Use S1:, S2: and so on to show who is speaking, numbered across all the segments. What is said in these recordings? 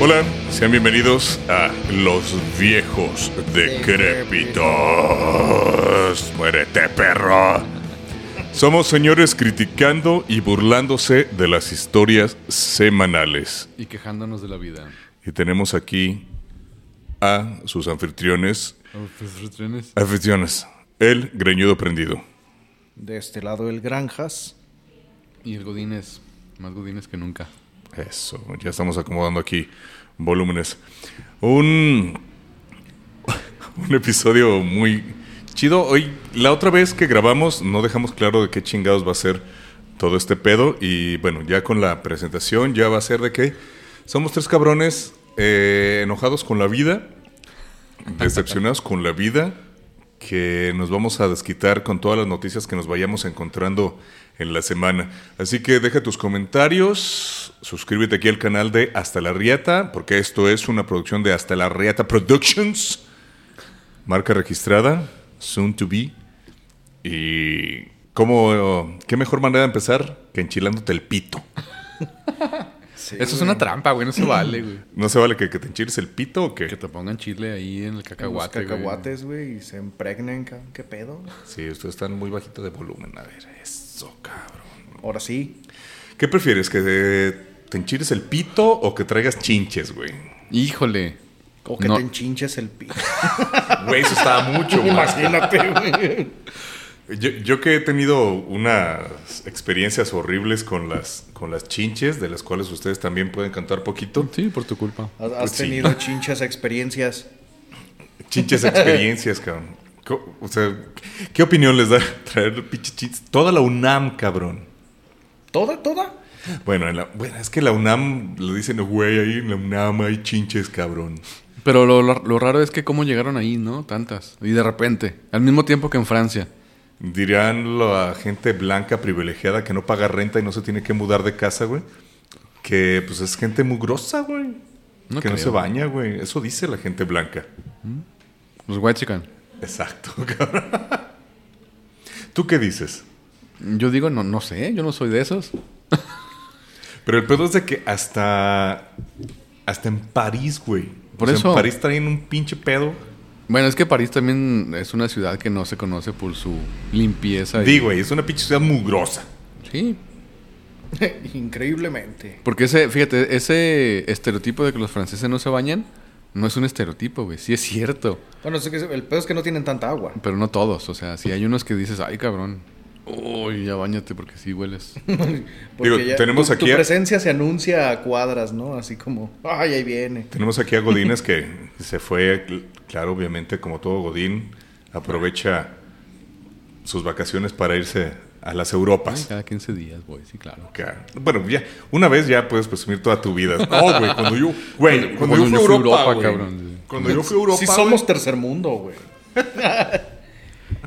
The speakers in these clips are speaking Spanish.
S1: Hola, sean bienvenidos a Los Viejos Decrépitos. Muérete, perro. Somos señores criticando y burlándose de las historias semanales.
S2: Y quejándonos de la vida.
S1: Y tenemos aquí a sus anfitriones. pues,
S2: Anfitriones.
S1: Anfitriones. El greñudo prendido.
S3: De este lado el Granjas.
S2: Y el Godínez. Más Godínez que nunca.
S1: Eso, ya estamos acomodando aquí volúmenes. Un, un episodio muy chido. Hoy, la otra vez que grabamos, no dejamos claro de qué chingados va a ser todo este pedo. Y bueno, ya con la presentación, ya va a ser de que somos tres cabrones eh, enojados con la vida, decepcionados con la vida, que nos vamos a desquitar con todas las noticias que nos vayamos encontrando en la semana. Así que deja tus comentarios, suscríbete aquí al canal de Hasta la Riata, porque esto es una producción de Hasta la Riata Productions, marca registrada, soon to be. Y cómo, qué mejor manera de empezar que enchilándote el pito.
S2: Eso es una trampa, güey. No se vale, güey.
S1: No se vale que, que te enchiles el pito o
S2: Que
S1: qué.
S2: te pongan chile ahí en el
S3: Los
S2: cacahuate. güey.
S3: cacahuates, güey, y se impregnen. ca- ¿Qué pedo?
S1: Sí, ustedes están muy bajito de volumen. A ver, eso, cabrón.
S3: Ahora sí.
S1: ¿Qué prefieres? ¿Que eh, te enchiles el pito o que traigas chinches, güey?
S2: Híjole.
S3: O que
S2: No.
S3: te enchinches el pito.
S1: Güey, eso estaba mucho, más.
S3: Imagínate, güey.
S1: Yo, yo que he tenido unas experiencias horribles con las, con las chinches, de las cuales ustedes también pueden cantar poquito.
S2: Sí, por tu culpa.
S3: Has, has
S1: Pues sí.
S3: tenido chinchas experiencias.
S1: Chinches experiencias, cabrón. Co- O sea, ¿qué opinión les da traer pinches chinches? Toda la UNAM, cabrón.
S3: ¿Toda, toda?
S1: Bueno, en la- bueno, es que la UNAM, lo dicen, güey, ahí en la UNAM hay chinches, cabrón.
S2: Pero lo, lo- lo raro es que cómo llegaron ahí, ¿no? Tantas. Y de repente. Al mismo tiempo que en Francia.
S1: Dirían la gente blanca privilegiada que no paga renta y no se tiene que mudar de casa, güey. Que pues es gente muy grosa, güey.
S2: No
S1: que no
S2: creo.
S1: se baña, güey. Eso dice la gente blanca.
S2: Los white chican.
S1: Exacto, cabrón. ¿Tú qué dices?
S2: Yo digo, no, no sé. Yo no soy de esos.
S1: Pero el pedo es de que hasta. Hasta en París, güey.
S2: Por
S1: En
S2: eso.
S1: París traen un pinche pedo.
S2: Bueno, es que París también es una ciudad que no se conoce por su limpieza. y-
S1: Digo, güey, es una pinche ciudad mugrosa.
S2: Sí,
S3: Increíblemente.
S2: Porque ese, fíjate, ese estereotipo de que los franceses no se bañan, no es un estereotipo, güey. Sí es cierto,
S3: Bueno, es que el pedo es que no tienen tanta agua.
S2: pero no todos. O sea, si hay unos que dices, ay, cabrón, uy, ya bañate porque sí hueles.
S3: Porque
S1: Digo, tenemos
S3: tu,
S1: aquí
S3: Tu
S1: a-
S3: presencia se anuncia a cuadras, ¿no? Así como, ay, ahí viene.
S1: Tenemos aquí a Godínez que se fue, cl- claro, obviamente, como todo Godín, aprovecha sus vacaciones para irse a las
S2: Ay,
S1: Europas.
S2: cada 15 días, güey, sí, claro.
S1: Ca- Bueno, ya, una vez ya puedes presumir toda tu vida. No, güey, cuando yo, güey, cuando, yo fui a Europa, güey.
S2: cabrón.
S1: Cuando yo fui a Europa,
S3: Si
S1: güey,
S3: somos tercer mundo, güey.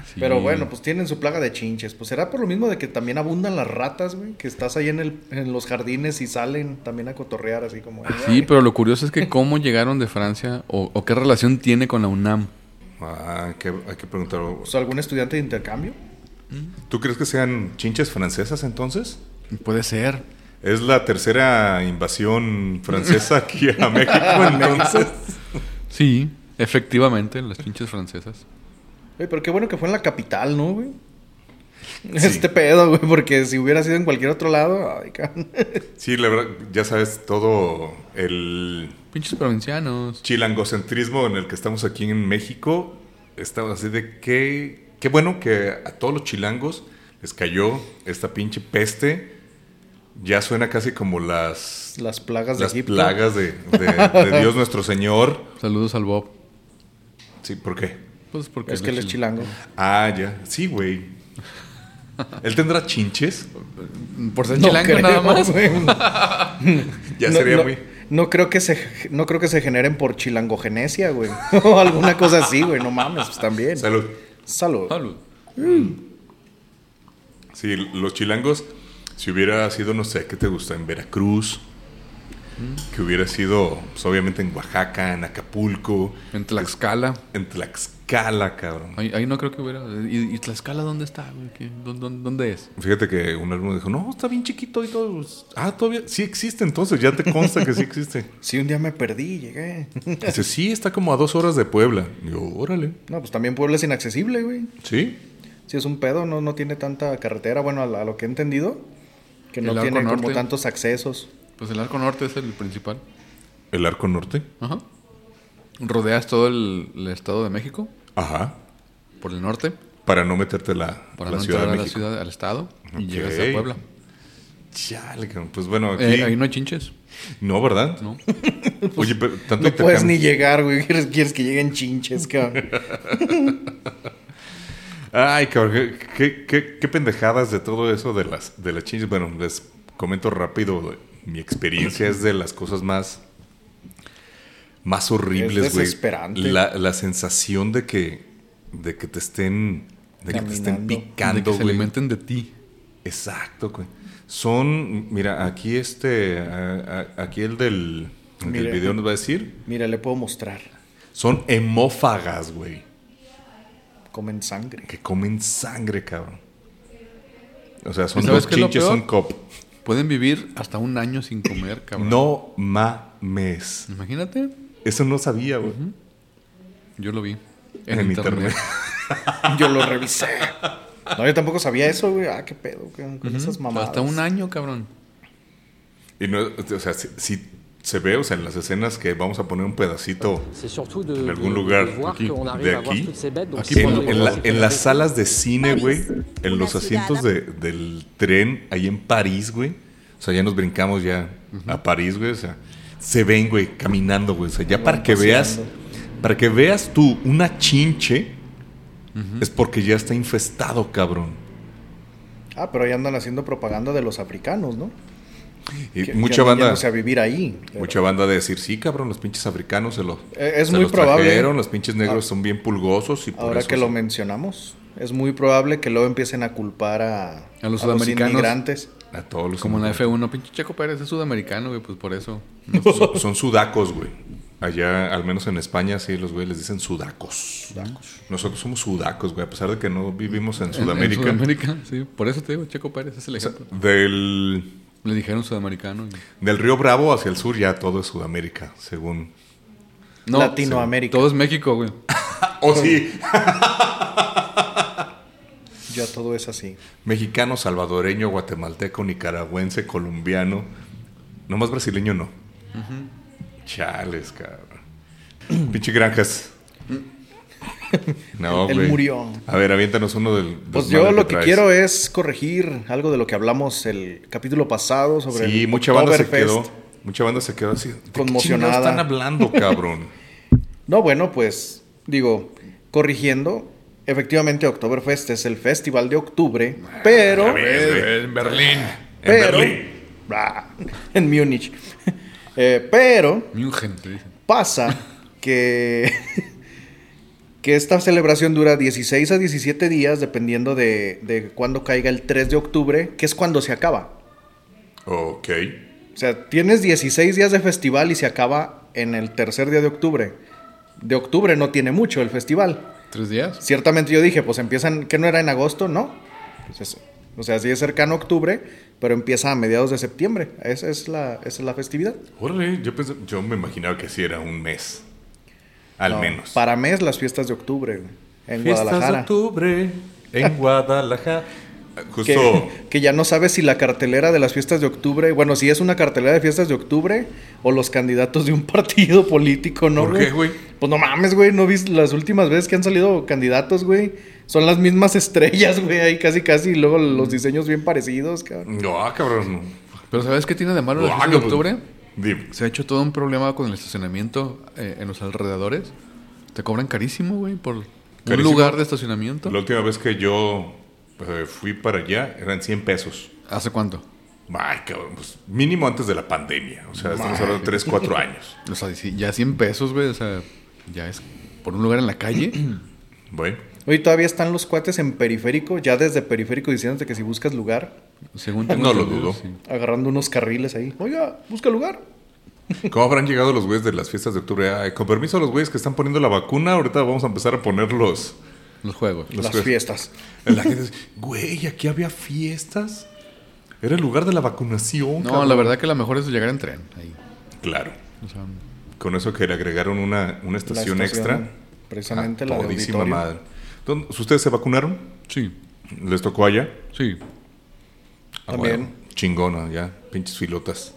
S2: Sí.
S3: Pero bueno, pues tienen su plaga de chinches. Pues será por lo mismo de que también abundan las ratas, güey. Que estás ahí en, el, en los jardines y salen también a cotorrear, así como.
S2: Ah, Sí, pero lo curioso es que cómo llegaron de Francia o, o qué relación tiene con la UNAM.
S1: Ah, que- hay que preguntar.
S3: O sea, pues, ¿Algún estudiante de intercambio?
S1: ¿Tú crees que sean chinches francesas entonces?
S2: Puede ser.
S1: ¿Es la tercera invasión francesa aquí a México entonces?
S2: Sí, efectivamente, las pinches francesas.
S3: Güey, pero qué bueno que fue en la capital, ¿no, güey? Este pedo, güey, porque si hubiera sido en cualquier otro lado, ay, cabrón.
S1: Sí, la verdad, ya sabes, todo el
S2: Pinches provincianos.
S1: chilangocentrismo en el que estamos aquí en México, estamos así de que, qué bueno que a todos los chilangos les cayó esta pinche peste. Ya suena casi como las,
S3: Las plagas
S1: las
S3: de Egipto.
S1: plagas de, de- de Dios nuestro Señor.
S2: Saludos al Bob.
S1: Sí, ¿por qué?
S2: Pues porque
S3: Es que él es chilango.
S1: Ah, ya. Sí, güey. Él tendrá chinches.
S2: Por ser chilango
S3: creo,
S2: nada más.
S3: güey.
S1: Ya
S3: No-
S1: sería
S3: no-
S1: muy.
S3: No creo, que se, no creo que se generen por chilangogenesia, güey. o alguna cosa así, güey. No mames, pues también.
S1: Salud.
S3: Salud.
S2: Salud.
S1: Sí, los chilangos, si hubiera sido, no sé, ¿qué te gusta? En Veracruz,
S2: Mm.
S1: que hubiera sido, pues, obviamente, en Oaxaca, en Acapulco,
S2: En Tlaxcala.
S1: en Tlaxcala, cabrón.
S2: Ahí, ahí no creo que hubiera. ¿Y, y Tlaxcala dónde está, güey? ¿Qué- dó- dó- dónde, es?
S1: Fíjate que un alumno dijo, no, está bien chiquito y todo. pues, Ah, todavía, sí existe entonces, ya te consta que sí existe.
S3: Sí, un día me perdí, llegué.
S1: Dice, sí, está como a dos horas de Puebla. Y yo, órale.
S3: No, pues también Puebla es inaccesible, güey.
S1: Sí,
S3: Sí, es un pedo, no, no tiene tanta carretera. Bueno, a, la- a lo que he entendido, que no
S2: El Arco
S3: tiene como
S2: Norte.
S3: tantos accesos.
S2: Pues el arco norte es el principal.
S1: el arco norte.
S2: Ajá. Rodeas todo el, el estado de México
S1: Ajá.
S2: por el norte
S1: Para no meterte la,
S2: para
S1: la
S2: no
S1: Ciudad de
S2: entrar a la
S1: México.
S2: ciudad, al estado y
S1: Ok.
S2: llegas a Puebla.
S1: Chale, cabrón. pues bueno, aquí.
S2: Eh, ahí
S1: no...
S2: no hay chinches,
S1: ¿verdad?
S2: ¿no? pues,
S1: Oye, pero tanto
S3: No puedes
S1: intercambio.
S3: ni llegar, güey. Quieres, quieres que lleguen chinches, cabrón.
S1: Ay, cabrón, qué, qué- qué- qué pendejadas de todo eso de las, de las chinches. Bueno, les comento rápido. güey. Mi experiencia es de las cosas más, más horribles,
S3: Es
S1: güey.
S3: desesperante.
S1: La, la sensación de que, de que te estén, de que te estén
S3: Caminando. De que
S2: De que
S1: picando,
S2: se
S1: güey.
S2: alimenten de ti.
S1: Exacto, güey. Son, mira, aquí este, a- a- aquí el del, el del
S3: Mira.
S1: video nos va a decir,
S3: Mira, le puedo mostrar.
S1: son hemófagas, güey,
S3: Comen sangre.
S1: que comen sangre, cabrón. O sea, son
S2: ¿Y sabes
S1: dos
S2: qué es lo
S1: chinches,
S2: peor?
S1: son cop.
S2: Pueden vivir hasta un año sin comer, cabrón.
S1: No mames.
S2: Imagínate,
S1: Eso no sabía, güey.
S2: yo lo vi
S1: En,
S2: en,
S1: internet.
S2: internet.
S3: Yo lo revisé. No, yo tampoco sabía eso, güey. Ah, qué pedo, cabrón, con esas mamadas.
S2: Hasta un año, cabrón.
S1: Y no, o sea, si, si se ve, o sea, en las escenas que vamos a poner un pedacito
S4: C'est surtout de,
S1: en
S4: de-
S1: algún lugar
S4: de voir
S1: aquí,
S4: qu'on arrive
S1: de
S4: à voir
S1: aquí,
S4: toutes ces bêtes. donc
S2: aquí
S4: c'est
S1: en,
S4: pas
S2: ponlo.
S4: le
S1: en la-
S4: principe
S1: en
S4: de
S1: las
S4: la
S1: salas de cine,
S5: París,
S1: güey, en
S5: una
S1: los asientos de- del tren, ahí en París, güey. O sea, ya nos brincamos ya a París, güey. O sea, se ven, güey, caminando, güey. O sea, ya para que veas, para que veas tú una chinche, es porque ya está infestado, cabrón.
S3: Ah, pero ahí andan haciendo propaganda de los africanos, ¿no?
S1: Y
S3: Que- que
S1: mucha
S3: andan
S1: banda,
S3: yéndose a vivir ahí. Pero-
S1: mucha banda de decir, sí, cabrón, los pinches africanos se los,
S3: Eh, es
S1: se
S3: muy
S1: los
S3: probable. Ah.
S1: trajeron, los pinches negros son bien pulgosos y por
S3: Ahora
S1: eso
S3: que lo
S1: se-
S3: mencionamos, es muy probable que luego empiecen a culpar a,
S2: A los sudamericanos.
S3: inmigrantes.
S1: a todos los
S2: Como en la
S1: inmigrantes.
S2: F1, pinche Checo Pérez es sudamericano, güey, pues por eso.
S1: Son, son sudacos, güey. Allá, al menos en España, sí, los güeyes les dicen sudacos. Nosotros somos sudacos, güey, a pesar de que no vivimos en
S2: En- en
S1: Sudamérica.
S2: Sudamérica, sí. Por eso te digo, Checo Pérez es el
S1: O sea,
S2: ejemplo.
S1: del,
S2: Le dijeron sudamericano. y-
S1: del río Bravo hacia el sur ya todo es Sudamérica, según...
S2: No,
S3: Latinoamérica.
S2: Todo es México, güey.
S1: ¡Oh, sí!
S3: Ya todo es así.
S1: Mexicano, salvadoreño, guatemalteco, nicaragüense, colombiano. Nomás brasileño no. Chales, cabrón. Pinche granjas. No,
S3: Mm. Él
S1: güey.
S3: murió.
S1: A ver, aviéntanos uno del...
S3: Pues
S1: desmadre
S3: yo lo que
S1: traes.
S3: quiero es corregir algo de lo que hablamos el capítulo pasado sobre
S1: Sí,
S3: el
S1: mucha banda se
S3: Oktoberfest.
S1: quedó. Mucha banda se quedó así. ¿de qué
S3: Conmocionada.
S1: chingados están hablando, cabrón.
S3: No, bueno, pues digo, corrigiendo, efectivamente Oktoberfest es el festival de octubre, pero
S1: Ah, en Berlín.
S3: pero
S1: en Berlín.
S3: Bah, en Múnich. Eh, pero
S2: München, te dicen.
S3: pasa que, que esta celebración dura 16 a 17 días, dependiendo de, de cuándo caiga el 3 de octubre, que es cuando se acaba.
S1: Ok.
S3: O sea, tienes 16 días de festival y se acaba en el tercer día de octubre. De octubre no tiene mucho el festival.
S2: ¿Tres días?
S3: Ciertamente yo dije, pues empiezan, que no era en agosto, ¿no? Pues eso. O sea, sí es cercano a octubre, pero empieza a mediados de septiembre. Esa es la, esa es la festividad.
S1: Órale, yo, pensé- yo me imaginaba que sí era un mes. Al
S3: No,
S1: menos.
S3: Para mes las fiestas de octubre güey, en
S1: Fiestas de
S3: Guadalajara.
S1: octubre en Guadalajara. Justo.
S3: que, que ya no sabes si la cartelera de las fiestas de octubre, bueno, si es una cartelera de fiestas de octubre o los candidatos de un partido político, ¿no?
S1: ¿Por qué, güey?
S3: Pues no mames, güey, no viste las últimas veces que han salido candidatos, güey. Son las mismas estrellas, güey, ahí casi casi, y luego los diseños bien parecidos, cabrón.
S1: No, ah, cabrón.
S2: Pero ¿sabes qué tiene de malo la fiesta de
S1: Guácala,
S2: octubre?
S1: Dime.
S2: Se ha hecho todo un problema con el estacionamiento eh, en los alrededores. Te cobran carísimo, güey, por un
S1: Carísimo.
S2: lugar de estacionamiento.
S1: La última vez que yo eh, fui para allá eran 100 pesos.
S2: ¿Hace cuánto?
S1: Ay, cabrón. pues, mínimo antes de la pandemia. O sea, estamos hablando de 3, 4 años.
S2: O sea, sí, ya 100 pesos, güey. O sea, ya es por un lugar en la calle.
S1: Bueno.
S3: Hoy todavía están los cuates en periférico, ya desde periférico diciéndote que si buscas lugar,
S2: según tengo
S1: No lo
S2: entendido,
S1: dudo.
S2: sí.
S3: agarrando unos carriles ahí. Oiga, busca lugar.
S1: ¿Cómo habrán llegado los güeyes de las fiestas de octubre? Ay, con permiso a los güeyes que están poniendo la vacuna, ahorita vamos a empezar a poner los...
S2: Los juegos.
S1: los
S3: Las
S1: jueces.
S3: fiestas.
S1: La gente dice, güey, aquí había fiestas. Era el lugar de la vacunación.
S2: No,
S1: cabrón".
S2: la verdad que la mejor es llegar en tren. Ahí.
S1: Claro.
S2: O sea,
S1: Con eso que le agregaron una, una
S3: La
S1: estación, extra.
S3: Precisamente
S1: Ah,
S3: la de
S1: todísima
S3: auditorio.
S1: madre. Entonces, ¿ustedes se vacunaron?
S2: sí,
S1: ¿Les tocó allá?
S2: sí.
S1: Ah,
S3: También.
S1: bueno, chingona, ya. Pinches filotas.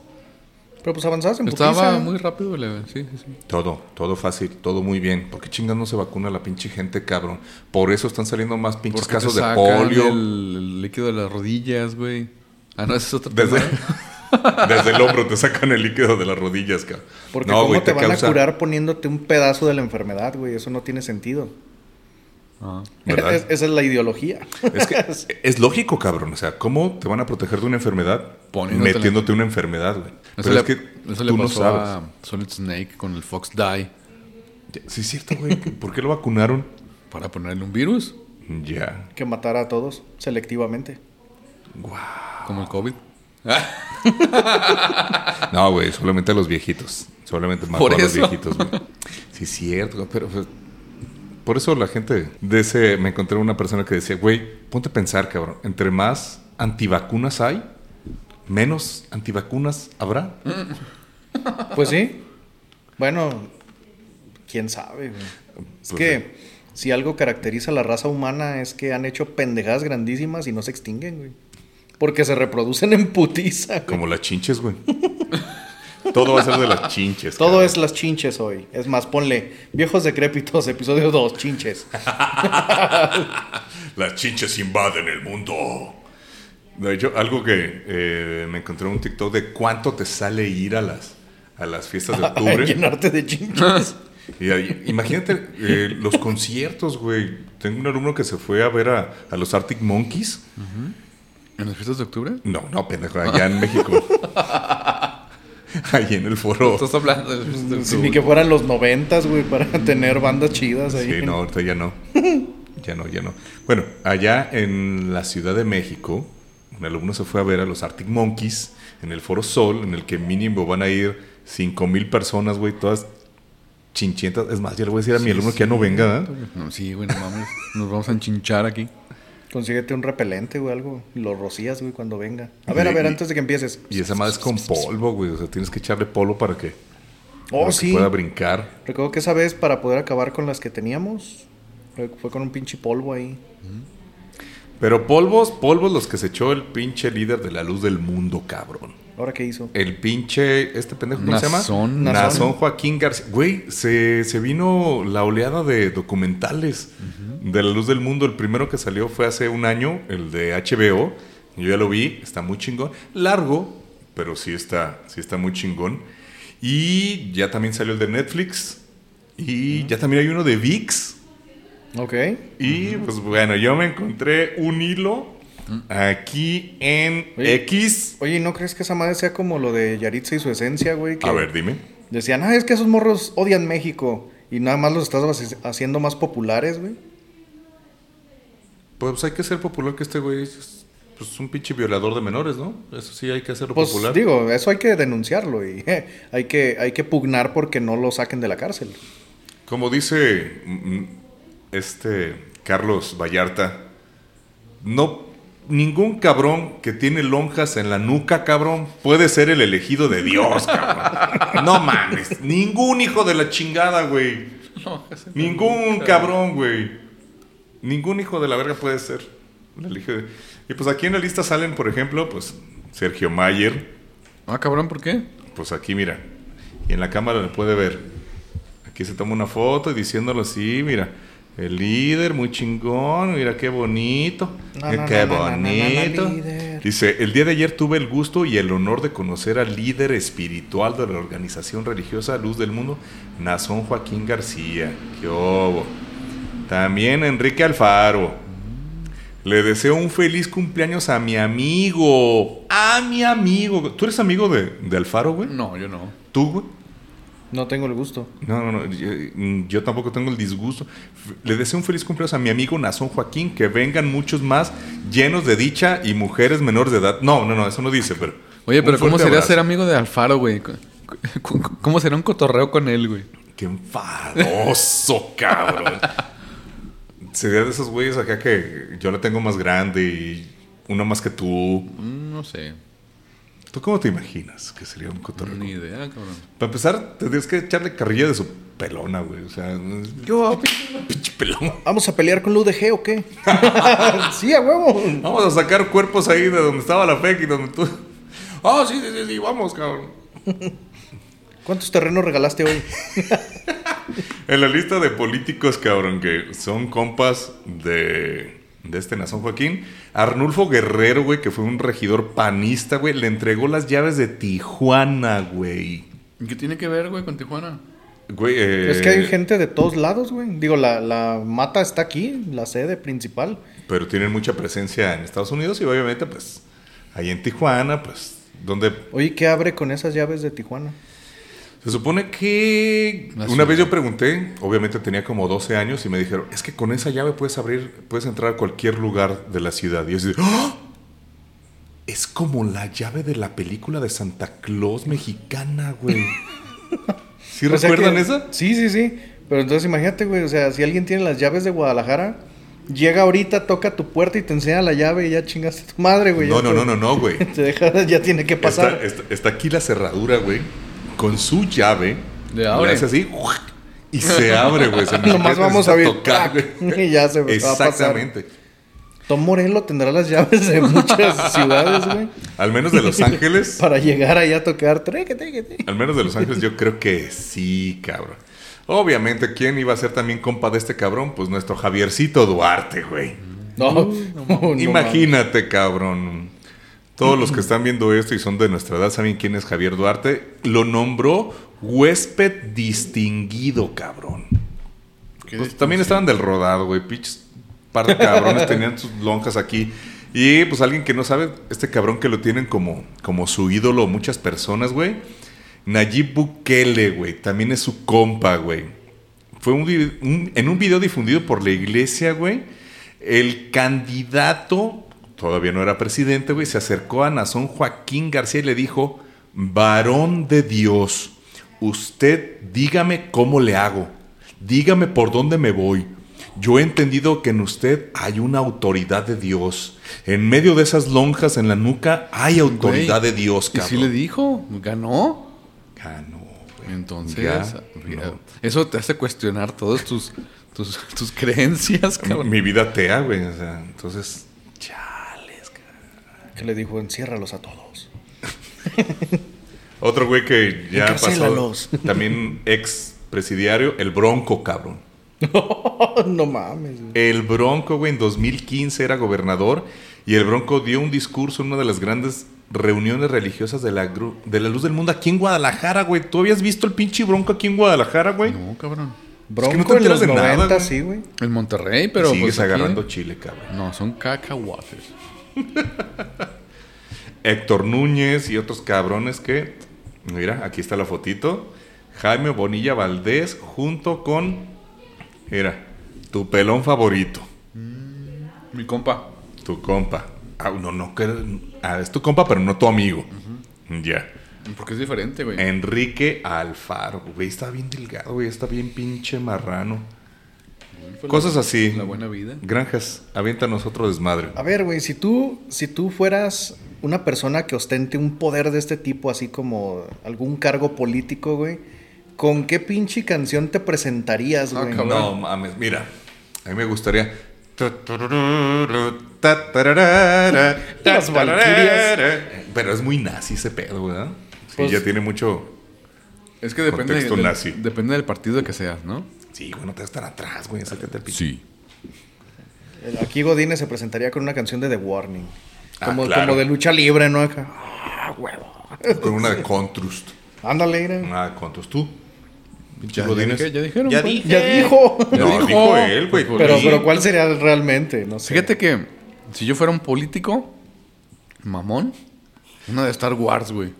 S3: Pero pues avanzaste en
S2: Estaba
S3: putiza.
S2: muy rápido. la- Sí, sí, sí.
S1: Todo, todo fácil, todo muy bien. ¿Por qué chingas no se vacuna la pinche gente, cabrón? Por eso están saliendo más pinches
S2: Porque
S1: casos
S2: te
S1: de
S2: sacan
S1: polio.
S2: El, el líquido de las rodillas, güey. Ah, no, ese es otro
S1: Desde,
S2: tema.
S1: desde el hombro te sacan el líquido de las rodillas, cabrón.
S3: Porque
S1: No,
S3: cómo
S1: güey,
S3: te van
S1: causa-
S3: a curar poniéndote un pedazo de la enfermedad, güey. Eso no tiene sentido.
S2: Ah.
S1: ¿Verdad?
S3: Es- esa es la ideología.
S1: Es que es lógico, cabrón. O sea, ¿cómo te van a proteger de una enfermedad?
S2: Poniéndotela.
S1: Metiéndote una enfermedad, güey.
S2: Eso,
S1: Pero
S2: le,
S1: es que
S2: eso
S1: tú
S2: le pasó
S1: no sabes.
S2: a Solid Snake con el Fox Die
S1: Sí, es cierto, güey. ¿Por qué lo vacunaron?
S2: para ponerle un virus,
S1: Ya.
S3: que matar a todos selectivamente.
S2: como el COVID.
S1: No, güey, solamente a los viejitos. Solamente mató
S2: Por
S1: a los
S2: eso.
S1: viejitos, güey. Sí, es cierto, pero. pues, por eso la gente de ese. Me encontré una persona que decía, güey, ponte a pensar, cabrón. Entre más antivacunas hay, menos antivacunas habrá.
S3: Pues sí. Bueno, quién sabe. güey. Es
S1: Pues
S3: que si algo caracteriza a la raza humana es que han hecho pendejadas grandísimas y no se extinguen, güey. Porque se reproducen en putiza. güey.
S1: Como las chinches, güey. Todo va a ser de las chinches.
S3: Todo
S1: cabrón.
S3: es las chinches hoy. Es más, ponle viejos decrépitos, episodio 2, chinches.
S1: Las chinches invaden el mundo. De hecho, algo que eh, me encontré en un TikTok de cuánto te sale ir a las, a las fiestas de octubre.
S3: Llenarte de chinches.
S1: Y ahí- imagínate eh, los conciertos, güey. Tengo un alumno que se fue a ver a, a los Arctic Monkeys.
S2: ¿En las fiestas de octubre?
S1: No, no, pendejo, allá en México. Ahí en el foro.
S2: Estás hablando de las fiestas de
S3: Si
S2: octubre.
S3: ni que fueran los noventas, güey, para tener bandas chidas ahí.
S1: Sí, no, ahorita ya no. Ya no, ya no. Bueno, allá en la Ciudad de México, un alumno se fue a ver a los Arctic Monkeys en el Foro Sol, en el que mínimo van a ir 5 mil personas, güey, todas chinchientas. Es más, ya le voy a decir a mi alumno que ya no venga, ¿eh? ¿verdad?
S2: No, sí, güey, no mames. Nos vamos a enchinchar aquí.
S3: Consíguete un repelente, güey, algo. Lo rocías, güey, cuando venga. A ver, a
S1: Y-
S3: ver,
S1: y-
S3: antes de que empieces.
S1: Y esa madre es con polvo, güey. O sea, tienes que echarle polvo para que, para
S3: Oh,
S1: que
S3: sí.
S1: pueda brincar.
S3: Recuerdo que esa vez, para poder acabar con las que teníamos, fue fue con un pinche polvo ahí.
S1: Pero polvos, polvos los que se echó el pinche líder de la luz del mundo, cabrón.
S3: ¿Ahora qué hizo?
S1: El pinche, este pendejo, ¿cómo se llama?
S2: Nazón.
S1: Nazón.
S3: Nazón.
S1: Joaquín García. Güey, se, se vino la oleada de documentales de la luz del mundo. El primero que salió fue hace un año, el de HBO. Yo ya lo vi, está muy chingón. Largo, pero sí está, sí está muy chingón. Y ya también salió el de Netflix. Y ya también hay uno de VIX.
S3: Ok.
S1: Y pues bueno, yo me encontré un hilo aquí en
S3: Oye.
S1: X.
S3: Oye, ¿y ¿no crees que esa madre sea como lo de Yaritza y su esencia, güey? Que
S1: A ver, dime.
S3: Decían, ah, es que esos morros odian México. Y nada más los estás haci- haciendo más populares, güey.
S1: Pues hay que ser popular que este güey es pues, un pinche violador de menores, ¿no? Eso sí hay que hacerlo
S3: Pues
S1: popular.
S3: digo, eso hay que denunciarlo y hay, que, hay que pugnar porque no lo saquen de la cárcel.
S1: Como dice mm, este Carlos Vallarta, no ningún cabrón que tiene lonjas en la nuca, cabrón, puede ser el elegido de Dios, cabrón. No mames, ningún hijo de la chingada, güey. Ningún cabrón, güey. Ningún hijo de la verga puede ser. el elegido de- Y pues aquí en la lista salen, por ejemplo, pues Sergio Mayer,
S2: Ah, cabrón, ¿por qué?
S1: pues aquí mira, y en la cámara le puede ver. Aquí se toma una foto y diciéndolo así, mira, el líder, muy chingón, mira qué bonito,
S3: No,
S1: mira
S3: no,
S1: qué
S3: no, no, no, no,
S1: bonito.
S3: no, líder.
S1: Dice, el día de ayer tuve el gusto y el honor de conocer al líder espiritual de la organización religiosa Luz del Mundo, Nazón Joaquín García. ¡Qué obo! También Enrique Alfaro. Le deseo un feliz cumpleaños a mi amigo. A mi amigo. ¿Tú eres amigo de, de Alfaro, güey?
S2: No, yo no.
S1: ¿Tú, güey?
S3: No tengo el gusto.
S1: No, no, no. Yo, mm, yo tampoco tengo el disgusto. F- Le deseo un feliz cumpleaños a mi amigo Nazón Joaquín. Que vengan muchos más llenos de dicha y mujeres menores de edad. No, no, no. Eso no dice, pero.
S2: Oye,
S1: un
S2: pero ¿cómo
S1: fuerte
S2: sería
S1: abrazo.
S2: ser amigo de Alfaro, güey? ¿Cómo será un cotorreo con él, güey?
S1: Qué enfadoso, cabrón. Sería de esos güeyes acá que yo la tengo más grande y uno más que tú.
S2: Mm, No sé.
S1: ¿Tú cómo te imaginas que sería un cotorreo?
S2: Ni idea, cabrón.
S1: Para empezar, tendrías que echarle carrilla de su pelona, güey. O sea, yo, pinche pelón.
S3: ¿Vamos a pelear con la UDG o qué? sí, a huevo.
S1: Vamos a sacar cuerpos ahí de donde estaba la FEC y donde tú. Ah, sí, sí, sí, sí, vamos, cabrón.
S3: ¿Cuántos terrenos regalaste hoy?
S1: En la lista de políticos, cabrón, que son compas de, de este Nazón Joaquín, Arnulfo Guerrero, güey, que fue un regidor panista, güey, le entregó las llaves de Tijuana, güey.
S2: ¿Qué tiene que ver, güey, con Tijuana?
S1: Güey, eh,
S3: Es que hay gente de todos lados, güey. Digo, la, la mata está aquí, la sede principal.
S1: Pero tienen mucha presencia en Estados Unidos y obviamente, pues, ahí en Tijuana, pues, donde
S3: Oye, ¿qué abre con esas llaves de Tijuana?
S1: Se supone que
S2: La
S1: una
S2: ciudad.
S1: vez yo pregunté, obviamente tenía como 12 años y me dijeron, es que con esa llave puedes abrir, puedes entrar a cualquier lugar de la ciudad. Y yo así, de, "¡Ah! es como la llave de la película de Santa Claus mexicana, güey. ¿Sí
S3: O sea
S1: recuerdan
S3: que-
S1: esa?
S3: Sí, sí, sí. Pero entonces imagínate, güey, o sea, si alguien tiene las llaves de Guadalajara, llega ahorita, toca tu puerta y te enseña la llave y ya chingaste a tu madre, güey.
S1: No,
S3: Ya
S1: no,
S3: te-
S1: no, no, no, güey.
S3: Te deja, ya tiene que pasar.
S1: Está, está- está aquí la cerradura, güey. Con su llave.
S2: Le
S1: le
S2: abre.
S1: hace así. Y se abre, güey. Se-
S3: Nomás vamos a abrir.
S1: necesita tocar, güey.
S3: Y ya se va a pasar.
S1: Exactamente.
S3: Tom Morello tendrá las llaves de muchas ciudades, güey.
S1: Al menos de Los Ángeles.
S3: Para llegar allá a tocar. Treque, treque, treque.
S1: Al menos de Los Ángeles, yo creo que sí, cabrón. Obviamente, ¿quién iba a ser también compa de este cabrón? Pues nuestro Javiercito Duarte, güey.
S3: No, no, no,
S1: Imagínate, cabrón. Todos los que están viendo esto y son de nuestra edad saben quién es Javier Duarte. Lo nombró huésped distinguido, cabrón. Pues también estaban del rodado, güey. Pinches par de cabrones tenían sus lonjas aquí. Y pues alguien que no sabe, este cabrón que lo tienen como, como su ídolo muchas personas, güey. Nayib Bukele, güey. También es su compa, güey. Fue un vi- un- en un video difundido por la iglesia, güey. El candidato, todavía no era presidente, güey, se acercó a Nazón Joaquín García y le dijo, varón de Dios, usted dígame cómo le hago, dígame por dónde me voy. Yo he entendido que en usted hay una autoridad de Dios. En medio de esas lonjas en la nuca hay autoridad
S2: Güey,
S1: de Dios,
S2: Y
S1: cabrón.
S2: sí le dijo, ganó.
S1: Ganó, güey.
S2: Entonces, eh,
S1: Ganó.
S2: eso te hace cuestionar todas tus, tus, tus creencias, cabrón.
S1: Mi vida tea, güey. o sea, entonces, chales, cabrón.
S3: Que le dijo, enciérralos a todos.
S1: Otro güey que ya pasó.
S3: Encarcélalos.
S1: También ex presidiario, el Bronco, cabrón.
S3: Oh, no mames, güey.
S1: El Bronco, güey, en 2015 era gobernador y el Bronco dio un discurso en una de las grandes reuniones religiosas de la, gru- de la luz del mundo aquí en Guadalajara, güey. ¿Tú habías visto el pinche Bronco aquí en Guadalajara, güey?
S2: No, cabrón.
S1: no te
S3: Bronco en
S1: enteras
S3: los
S1: de nada,
S3: 90,
S1: güey.
S3: sí, güey.
S2: En Monterrey, pero.
S1: Sigues
S2: pues, aquí-
S1: agarrando chile, cabrón.
S2: No, son cacahuates.
S1: Héctor Núñez y otros cabrones que... Mira, aquí está la fotito. Jaime Bonilla Valdés junto con... Mira, tu pelón favorito.
S2: Mi compa.
S1: Tu compa. Ah, no, no, que, ah, es tu compa, pero no tu amigo. Ya.
S2: Porque es diferente, güey.
S1: Eh, Enrique Alfaro, güey, está bien delgado, güey, está bien pinche marrano. Cosas así.
S2: La buena vida.
S1: Granjas, avienta a nosotros desmadre.
S3: A ver, güey, si tú, si tú fueras una persona que ostente un poder de este tipo, así como algún cargo político, güey, ¿con qué pinche canción te presentarías,
S2: Ah,
S3: güey?
S2: cabrón.
S1: No mames, mira, a mí me gustaría. Las
S3: Valquirias.
S1: Eh, Pero es muy nazi ese pedo, ¿verdad? Sí,
S3: Pues-
S1: ya tiene mucho.
S2: Es que depende,
S1: Contexto
S2: del-
S1: nazi.
S2: depende del partido que seas, ¿no?
S1: Sí, güey, no te vas tan atrás, güey, sácate el pinche.
S2: Sí.
S3: El- Eh, Aquí Godínez se presentaría con una canción de The Warning.
S1: Ah,
S3: Como,
S1: claro.
S3: como de lucha libre, ¿no? Acá. Ah, huevo.
S1: Con una de Contrust.
S3: Ándale, era.
S1: Una de Contrust, tú. Pinche
S2: Ya, ya
S1: Godínez.
S2: dije- ya dijeron, pues.
S3: Ya dijo.
S2: Ya
S1: No,
S2: dijo.
S1: dijo él, güey.
S3: Pero,
S1: Sí.
S3: pero ¿cuál sería realmente? No sé.
S2: Fíjate que si yo fuera un político, mamón, una de Star Wars, güey.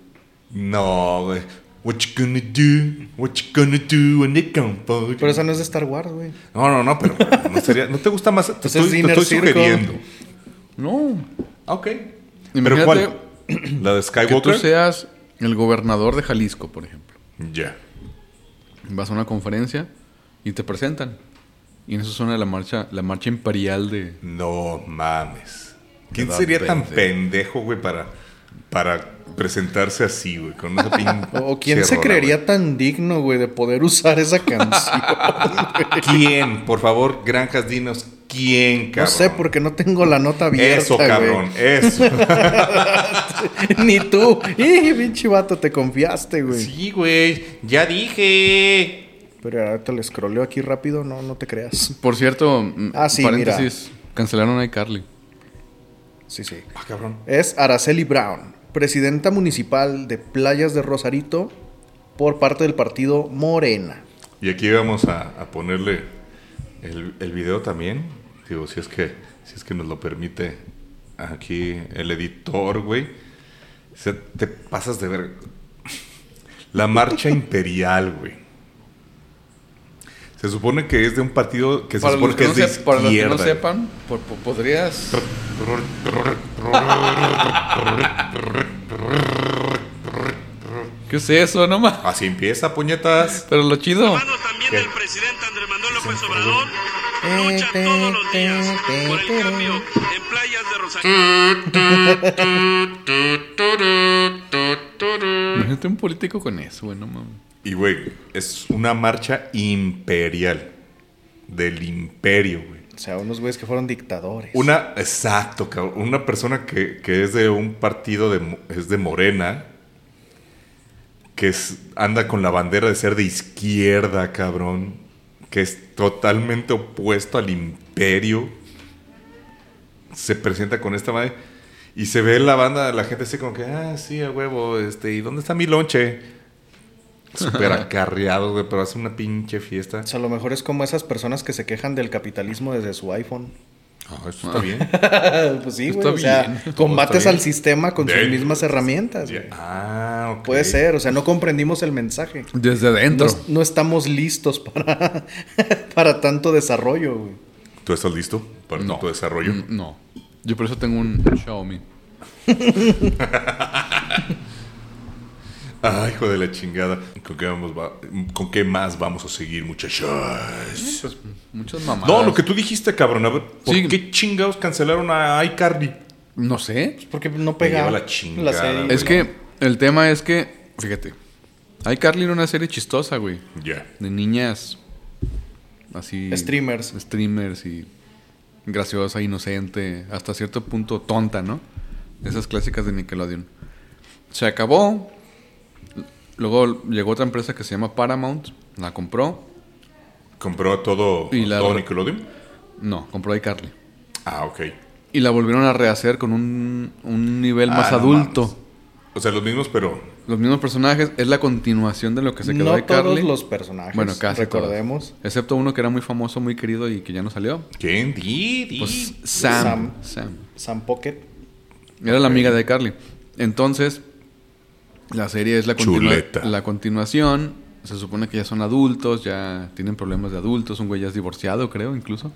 S1: No, güey. What you gonna do? What you gonna do when they come for you?
S3: Pero esa no es de Star Wars, güey.
S1: No, no, no, pero no, sería- no te gusta más. Te
S3: Entonces,
S1: estoy, te
S3: Inner
S1: estoy
S3: Circle.
S1: sugiriendo.
S2: No.
S1: Ah, ok.
S2: Imagínate
S1: ¿Pero cuál? ¿La de
S2: Que tú
S1: Skywalker?
S2: seas El gobernador de Jalisco, por ejemplo.
S1: Ya.
S2: Vas a una conferencia y te presentan. Y en eso suena la marcha, la marcha imperial de.
S1: No mames. ¿Quién
S2: Qué
S1: sería tan
S2: pendejo.
S1: pendejo, güey, para, para presentarse así, güey? Con esa pin-
S3: O quién se
S1: rola,
S3: creería tan digno, güey, de poder usar esa canción.
S1: güey? ¿Quién? Por favor, Granjas, dinos quién,
S3: no
S1: cabrón.
S3: sé, porque no tengo la nota abierta.
S1: Eso,
S3: güey.
S1: cabrón, eso.
S3: Ni tú. Y pinche vato, te confiaste, güey.
S1: sí, güey, ya dije.
S3: Pero ahorita le scrolleo aquí rápido, no, no te creas.
S2: Por cierto, mm,
S3: Ah, sí,
S2: paréntesis, cancelaron a iCarly.
S3: Sí, sí.
S1: Ah, cabrón.
S3: Es Araceli Brown, presidenta municipal de Playas de Rosarito por parte del partido Morena.
S1: Y aquí vamos a, a ponerle el, el video también. Digo, si es que, si es que nos lo permite aquí el editor, güey. Se- te pasas de ver. La marcha imperial, güey. Se supone que es de un partido que se
S2: Para los
S1: supone
S2: que,
S1: que
S2: no
S1: es de
S2: sep- para los que no
S1: izquierda. güey.
S2: sepan, por- por- podrías. ¿Qué es eso? No más.
S1: Así empieza, puñetas.
S2: Pero lo chido.
S4: Manos también
S1: ¿Qué?
S4: del presidente Andrés Manuel López Obrador lucha todos los días por el cambio en playas de Rosario.
S2: Imagínate un político con eso, güey, no mames.
S1: Y, güey, es una marcha imperial. Del imperio, güey.
S3: O sea, unos güeyes que fueron dictadores.
S1: Una, exacto, cabrón. Una persona que, que es de un partido de, Mo- es de Morena, que es- anda con la bandera de ser de izquierda, cabrón, que es totalmente opuesto al imperio, se presenta con esta madre y se ve la banda, la gente así como que, ah, sí, a huevo, este, ¿y dónde está mi lonche? Súper acarreado, güey, pero hace una pinche fiesta.
S3: O sea, a lo mejor es como esas personas que se quejan del capitalismo desde su iPhone.
S1: Ah, eso está bien.
S3: pues sí, güey.
S2: Está
S3: O sea,
S2: bien.
S3: combates
S1: Está
S3: al
S1: bien.
S3: sistema con
S1: Bien.
S3: sus mismas herramientas.
S1: Ya.
S3: güey.
S1: Ah, ok.
S3: Puede ser, o sea, no comprendimos el mensaje.
S2: Desde
S3: No,
S2: adentro.
S3: es- no estamos listos para, para tanto desarrollo, güey.
S1: ¿Tú estás listo para
S2: No.
S1: tu desarrollo?
S2: Mm, No. Yo por eso tengo un Xiaomi.
S1: Ay, Ah, hijo de la chingada. ¿Con qué, vamos va- ¿Con qué más vamos a seguir, muchachos?
S2: Pues muchas mamadas.
S1: No, lo que tú dijiste, cabrón. A ver, ¿por
S2: Sí.
S1: qué chingados cancelaron a iCarly?
S2: No sé.
S3: Porque no
S1: lleva
S3: pegaba
S1: la chingada,
S3: serie.
S1: güey.
S2: Es que el tema es que, fíjate, iCarly era una serie chistosa, güey.
S1: Ya.
S2: De niñas así.
S3: Streamers.
S2: Streamers y graciosa, inocente, hasta cierto punto tonta, ¿no? Esas clásicas de Nickelodeon. Se acabó. Luego llegó otra empresa que se llama Paramount. La compró.
S1: ¿Compró todo,
S2: Y la-
S1: todo Nickelodeon?
S2: No, compró iCarly.
S1: Ah, ok.
S2: Y la volvieron a rehacer con un, un nivel
S1: Ah,
S2: más
S1: no
S2: adulto.
S1: mames. O sea, los mismos, pero...
S2: Los mismos personajes. Es la continuación de lo que se quedó
S3: no
S2: de Carly.
S3: todos los personajes.
S2: Bueno, casi
S3: Recordemos.
S2: todos. Excepto uno que era muy famoso, muy querido y que ya no salió.
S1: ¿Quién? Di, di.
S2: Pues Sam. Sam.
S3: Sam Pocket.
S2: Era la amiga de Carly. Entonces, la serie es la, continua-
S1: Chuleta.
S2: la continuación. Se supone que ya son adultos, ya tienen problemas de adultos. Un güey ya es divorciado, creo, incluso.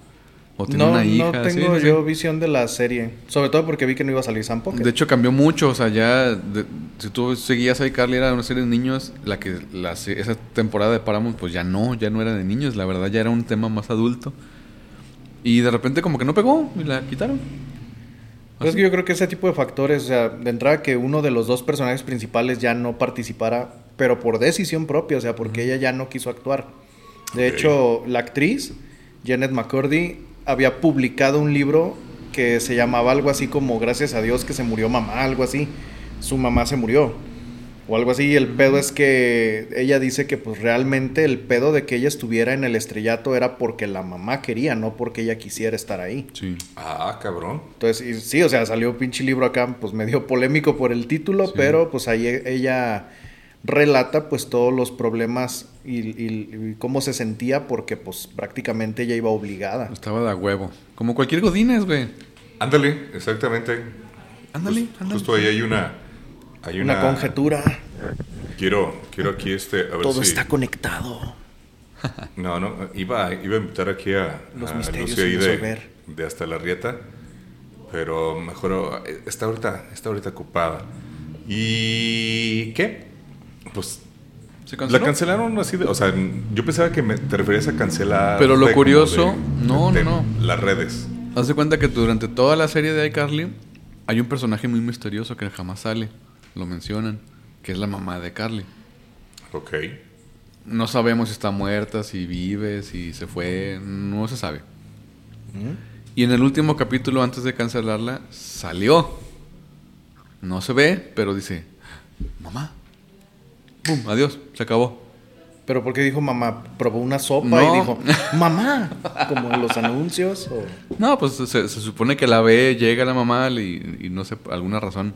S2: O tiene
S3: No,
S2: una hija.
S3: no
S2: sí,
S3: tengo
S2: sí, sí.
S3: yo visión de la serie. Sobre todo porque vi que no iba a salir Sam Pocket.
S2: De hecho, cambió mucho. O sea, ya. de- si tú seguías a Carly, era una serie de niños. La que. La, se- esa temporada de Paramount, pues ya no, ya no era de niños. La verdad, ya era un tema más adulto. Y de repente, como que no pegó y la quitaron.
S3: Pues es que yo creo que ese tipo de factores, o sea, de entrada que uno de los dos personajes principales ya no participara, pero por decisión propia, o sea, porque ella ya no quiso actuar. De
S1: Ok.
S3: hecho, la actriz, Janet McCurdy, había publicado un libro que se llamaba algo así como Gracias a Dios que se murió mamá, algo así. Su mamá se murió. O algo así, y el pedo es que ella dice que pues realmente el pedo de que ella estuviera en el estrellato era porque la mamá quería, no porque ella quisiera estar ahí.
S2: Sí.
S1: Ah, cabrón.
S3: Entonces, y sí, o sea, salió pinche libro acá, pues medio polémico por el título, pero pues ahí e- ella relata pues todos los problemas y, y- y cómo se sentía porque pues prácticamente ella iba obligada.
S2: Estaba de a huevo. Como cualquier Godínez, güey.
S1: Ándale, exactamente.
S2: Ándale,
S1: Jus-
S2: ándale.
S1: Pues, Justo ahí hay una... Hay
S3: Una
S1: una,
S3: conjetura,
S1: Quiero, quiero aquí este... A ver
S3: todo
S1: si-
S3: está conectado.
S1: No, no, iba, iba a invitar aquí a,
S3: Los
S1: a
S3: misterios
S1: Lucy
S3: sin
S1: ahí de,
S3: resolver.
S1: de Hasta la Rieta, pero mejor eh, está ahorita, está ahorita ocupada. ¿Y qué? Pues
S2: ¿Se
S1: la
S2: canceló?
S1: cancelaron así de. O sea, yo pensaba que me- te referías a cancelar.
S2: Pero lo
S1: de- como
S2: curioso-
S1: de-
S2: no,
S1: de-
S2: no,
S1: Las redes.
S2: Haz de cuenta que durante toda la serie de iCarly hay un personaje muy misterioso que jamás sale. Lo mencionan. Que es la mamá de Carly.
S1: Ok.
S2: No sabemos si está muerta, si vive, si se fue. No se sabe.
S3: Mm.
S2: Y en el último capítulo, antes de cancelarla, salió. No se ve, pero dice, mamá. Pum, adiós, se acabó.
S3: Pero porque dijo mamá, probó una sopa
S2: No.
S3: y dijo, mamá, como en los anuncios. o-
S2: No, pues se, se supone que la ve, llega la mamá y, y no sé, por alguna razón,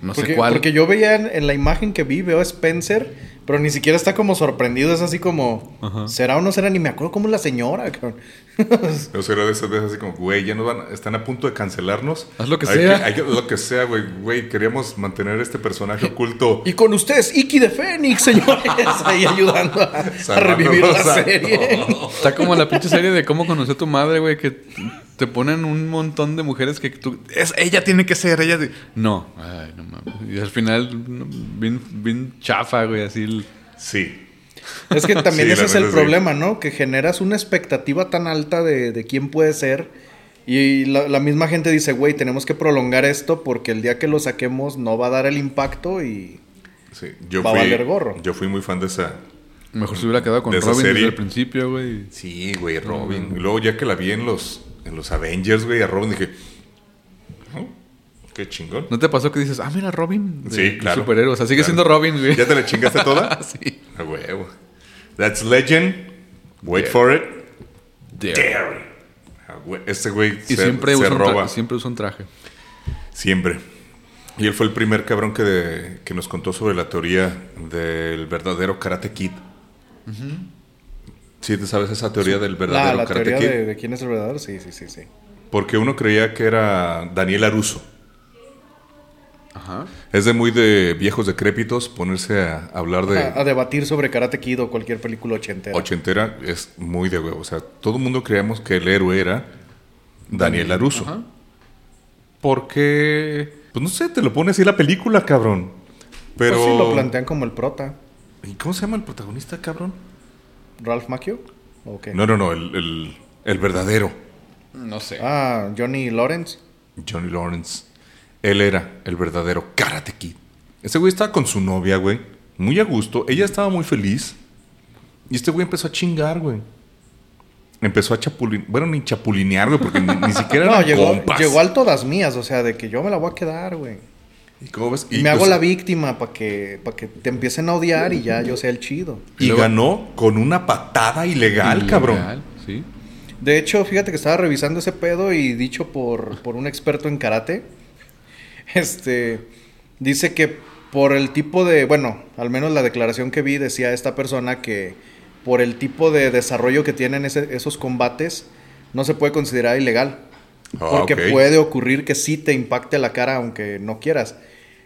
S2: no
S3: porque,
S2: sé cuál.
S3: porque yo veía en, en la imagen que vi, veo a Spencer, pero ni siquiera está como sorprendido, es así como,
S2: Ajá.
S3: ¿será o no será? Ni me acuerdo cómo es la señora, cabrón.
S1: O sea, era de esas veces así como, güey, ya nos van, están a punto de cancelarnos.
S2: Haz lo que
S1: Hay
S2: sea.
S1: hay que- lo que sea, güey, güey, queríamos mantener este personaje oculto.
S3: Y con ustedes, Iki de Fénix, señores, ahí ayudando a, a
S1: Salvando
S3: revivir la
S1: los santos.
S3: serie.
S1: Oh.
S2: Está como la pinche serie de cómo conoció a tu madre, güey, que te ponen un montón de mujeres que tú... Es, ella tiene que ser, ella... ti- No, ay, no mames. Y al final, no, bien, bien chafa, güey, así... el-
S1: Sí.
S3: Es que también
S1: Sí,
S3: ese
S1: la
S3: es el
S1: neta, sí.
S3: problema, ¿no? Que generas una expectativa tan alta de, de quién puede ser. Y la, la misma gente dice, güey, tenemos que prolongar esto porque el día que lo saquemos no va a dar el impacto y...
S1: sí. Yo
S3: Va a
S1: fui,
S3: valer gorro.
S1: Yo fui muy fan de esa.
S2: Mejor se hubiera quedado con
S1: De esa
S2: Robin desde
S1: serie.
S2: el principio, güey.
S1: Sí, güey, Robin.
S2: Mm.
S1: Y luego ya que la vi en los, en los Avengers, güey, a Robin dije, "Oh, qué chingón.
S2: ¿No te pasó que dices, ah, mira, Robin? de-
S1: Sí,
S2: de
S1: claro.
S2: Superhéroe, o sea, sigue
S1: Claro.
S2: siendo Robin, güey. Ah,
S1: ¿Ya te la chingaste toda?
S2: sí.
S1: A huevo. That's Legend. Wait
S2: Yeah.
S1: for it.
S2: Dare.
S1: Gary. A hue- Este güey
S2: Y
S1: se,
S2: siempre,
S1: se
S2: usa un tra-
S1: roba.
S2: siempre usa un traje.
S1: Siempre. Y él fue el primer cabrón que, de- que nos contó sobre la teoría del verdadero Karate Kid. Sí, ¿te sabes esa teoría del
S3: La,
S2: Ah,
S1: verdadero
S3: la
S1: Karate
S3: teoría
S1: Kid?
S3: de, de quién es el verdadero, sí, sí, sí, sí.
S1: Porque uno creía que era Daniel Aruso.
S2: Ajá.
S1: Es de muy de viejos decrépitos ponerse a hablar de
S3: A, a debatir sobre Karate Kid o cualquier película ochentera.
S1: ochentera. Es muy de huevo. O sea, todo el mundo creíamos que el héroe era Daniel Aruso.
S2: Ajá.
S1: Porque, pues no sé, te lo pone así la película, cabrón. Pero...
S3: Pues sí, lo plantean como el prota.
S1: ¿Y cómo se llama el protagonista, cabrón?
S3: ¿Ralph Macchio? ¿O qué?
S1: No, no, no, el, el- el verdadero
S2: No sé.
S3: Ah, Johnny Lawrence.
S1: Johnny Lawrence. Él era el verdadero Karate Kid. Ese güey estaba con su novia, güey. Muy a gusto. Ella estaba muy feliz. Y este güey empezó a chingar, güey. Empezó a chapulin... Bueno, ni chapulinear, güey, porque ni, ni siquiera
S3: No,
S1: eran
S3: llegó,
S1: compas.
S3: llegó al todas mías, o sea, de que yo me la voy a quedar, güey.
S1: ¿Y cómo ves?
S3: Y
S1: Y,
S3: me hago
S1: pues,
S3: la víctima para que, pa' que te empiecen a odiar y ya yo sea el chido.
S1: Y
S2: Luego-
S1: ganó con una patada ilegal,
S2: Ilegal,
S1: cabrón.
S2: Sí.
S3: De hecho, fíjate que estaba revisando ese pedo y dicho por, por un experto en karate, este, dice que por el tipo de, bueno, al menos la declaración que vi decía esta persona que por el tipo de desarrollo que tienen ese- esos combates, no se puede considerar ilegal.
S1: Ah,
S3: Porque
S1: ok.
S3: puede ocurrir que sí te impacte la cara aunque no quieras.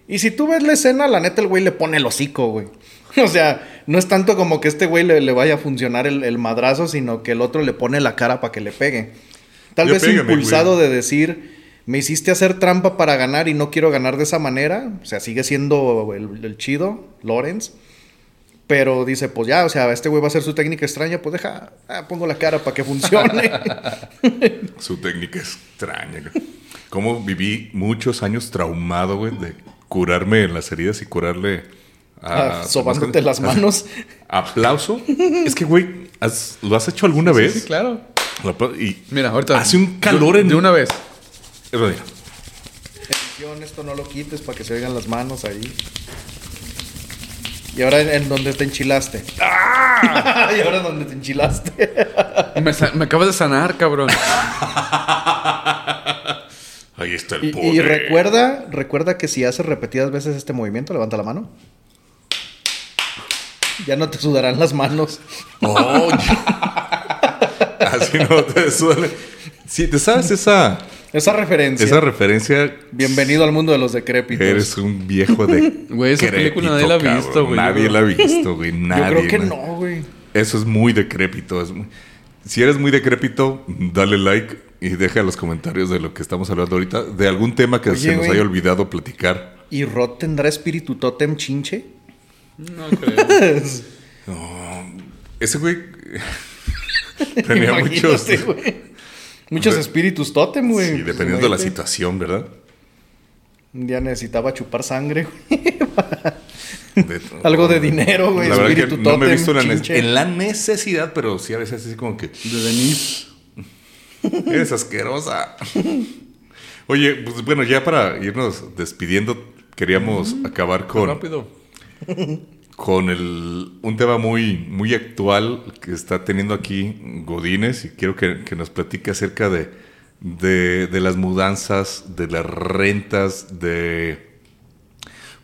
S3: Y si tú ves la escena, la neta el güey le pone el hocico, güey. O sea, no es tanto como que este güey le, le vaya a funcionar el, el madrazo, sino que el otro le pone la cara para que le pegue. Tal
S1: Ya
S3: vez
S1: pégame,
S3: impulsado
S1: güey.
S3: de decir, me hiciste hacer trampa para ganar y no quiero ganar de esa manera. O sea, sigue siendo el, el chido, Lawrence. Pero dice, pues ya, o sea, este güey va a hacer su técnica extraña, pues deja, ah, pongo la cara para que funcione.
S1: Su técnica es extraña. güey. Cómo viví muchos años traumado, güey, de curarme en las heridas y curarle
S3: Ah, sobándote las manos.
S1: Aplauso. Es que, güey, ¿has- ¿lo has hecho alguna vez?
S2: Sí, claro.
S1: Lo apla- Y
S2: Mira, ahorita.
S1: Hace un calor
S2: de,
S1: en.
S2: De una vez.
S1: Es lo mismo.
S3: Atención, esto no lo quites para que se oigan las manos ahí. Y ahora en, en donde te enchilaste.
S1: ¡Ah!
S3: y ahora donde te enchilaste.
S2: Me, sa- me acabas de sanar, cabrón.
S1: Ahí está el
S3: Y, y
S1: poder.
S3: recuerda, recuerda que si haces repetidas veces este movimiento, levanta la mano. Ya no te sudarán las manos.
S1: Oh, ya. Así no te suele. Si te sabes esa,
S3: Esa referencia.
S1: esa referencia,
S3: Bienvenido al mundo de los decrépitos.
S1: eres un viejo de.
S2: Güey, esa película nadie la ha
S1: cabrón.
S2: visto, güey.
S1: Nadie la ha visto, güey. Nadie.
S3: Yo creo que
S1: nadie.
S3: no, güey.
S1: Eso es muy decrépito. es muy- Si eres muy decrépito, dale like y deja los comentarios de lo que estamos hablando ahorita, de algún tema que
S3: Oye,
S1: se nos
S3: güey.
S1: haya olvidado platicar.
S3: ¿Y Rod tendrá espíritu tótem chinche?
S2: No creo.
S1: Ese güey tenía
S3: Imagínate,
S1: muchos...
S3: güey. Muchos
S1: Re-
S3: espíritus tótem, güey.
S1: Sí, dependiendo de la
S3: Imagínate.
S1: situación, ¿verdad?
S3: Un día necesitaba chupar sangre, güey.
S1: De-
S3: Algo de dinero, güey,
S1: La verdad que
S3: espíritu
S1: no me he
S3: tótem,
S1: visto en la, ne-
S3: chinche.
S1: en la necesidad, pero sí a veces así como que...
S2: De Denise.
S1: Eres asquerosa. Oye, pues bueno, ya para irnos despidiendo, queríamos acabar con,
S2: Rápido.
S1: con el, un tema muy, muy actual que está teniendo aquí Godínez y quiero que, que nos platique acerca de, de, de las mudanzas, de las rentas, de...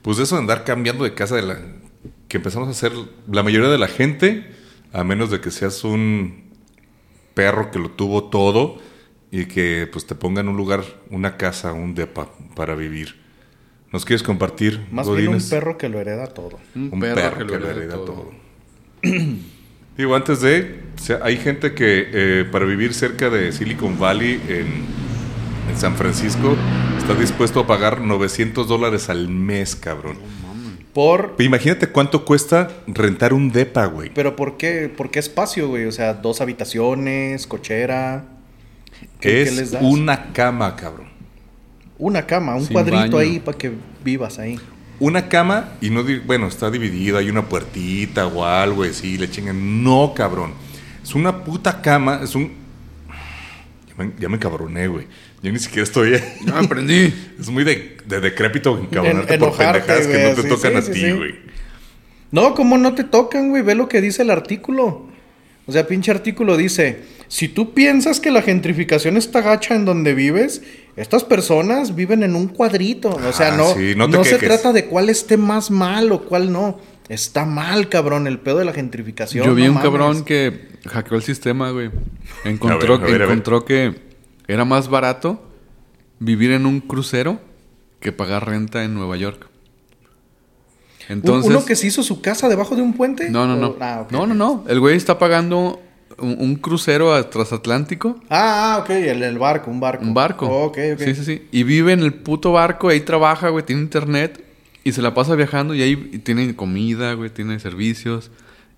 S1: Pues de eso de andar cambiando de casa de la que empezamos a hacer la mayoría de la gente, a menos de que seas un perro que lo tuvo todo y que pues te ponga en un lugar, una casa, un depa para vivir. ¿Nos quieres compartir?
S3: Más bien un
S1: Godínez?
S3: perro que lo hereda todo.
S1: Un perro, que, lo hereda todo. Digo, antes de, o sea, hay gente que eh, para vivir cerca de Silicon Valley en, en San Francisco está dispuesto a pagar 900 dólares al mes, cabrón.
S3: Por...
S1: Imagínate cuánto cuesta rentar un depa, güey.
S3: Pero ¿por qué? ¿Por qué espacio, güey? O sea, dos habitaciones, cochera. ¿Qué- qué les
S1: Es
S3: das?
S1: una cama, cabrón.
S3: Una cama, un
S2: Sin
S3: cuadrito
S2: baño.
S3: ahí para que vivas ahí.
S1: Una cama y no, di- bueno, está dividido, hay una puertita o algo así, le chingan. No, cabrón. Es una puta cama, es un... Ya me, ya me cabroné, güey. Yo ni siquiera estoy...
S3: Ah,
S2: Ya aprendí.
S1: Es muy de, de decrépito encabronarte
S3: En-
S1: por
S3: enojarte,
S1: pendejadas que
S3: güey,
S1: no te
S3: sí,
S1: tocan
S3: sí,
S1: a
S3: sí,
S1: ti,
S3: sí.
S1: güey.
S3: No, ¿cómo no te tocan, güey? Ve lo que dice el artículo. O sea, pinche artículo dice, si tú piensas que la gentrificación está gacha en donde vives, estas personas viven en un cuadrito. O sea,
S1: Ah,
S3: no,
S1: sí, no
S3: no,
S1: te
S3: se
S1: quejes.
S3: trata de cuál esté más mal o cuál no. Está mal, cabrón, el pedo de la gentrificación.
S2: Yo vi
S3: no
S2: un
S3: mames.
S2: cabrón que hackeó el sistema, güey.
S1: A
S2: Encontró,
S1: ver, a ver, a ver.
S2: encontró que era más barato vivir en un crucero que pagar renta en Nueva York.
S3: ¿Un-
S2: Entonces,
S3: ¿Uno que se hizo su casa debajo de un puente?
S2: no, no, no.
S3: O- Ah, ok.
S2: No, no, no. El güey está pagando un, un crucero a- transatlántico,
S3: Ah, ah, ok, el, el barco, un barco. Oh,
S2: un barco.
S3: Ok, ok.
S2: Sí, sí, sí. Y vive en el puto barco, ahí trabaja, güey, tiene internet y se la pasa viajando y ahí y tiene comida, güey, tiene servicios.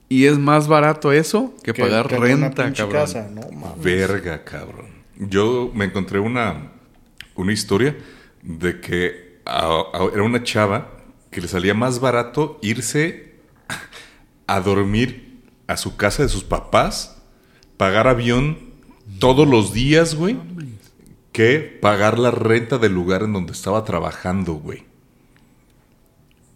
S2: Y es más barato eso que,
S3: Que-
S2: pagar
S3: que una
S2: renta,
S3: pinche
S2: cabrón.
S3: casa, No mames.
S1: Verga, cabrón. Yo me encontré una, una historia de que a- a- era una chava que le salía más barato irse a dormir a su casa de sus papás, pagar avión todos los días, güey, que pagar la renta del lugar en donde estaba trabajando, güey.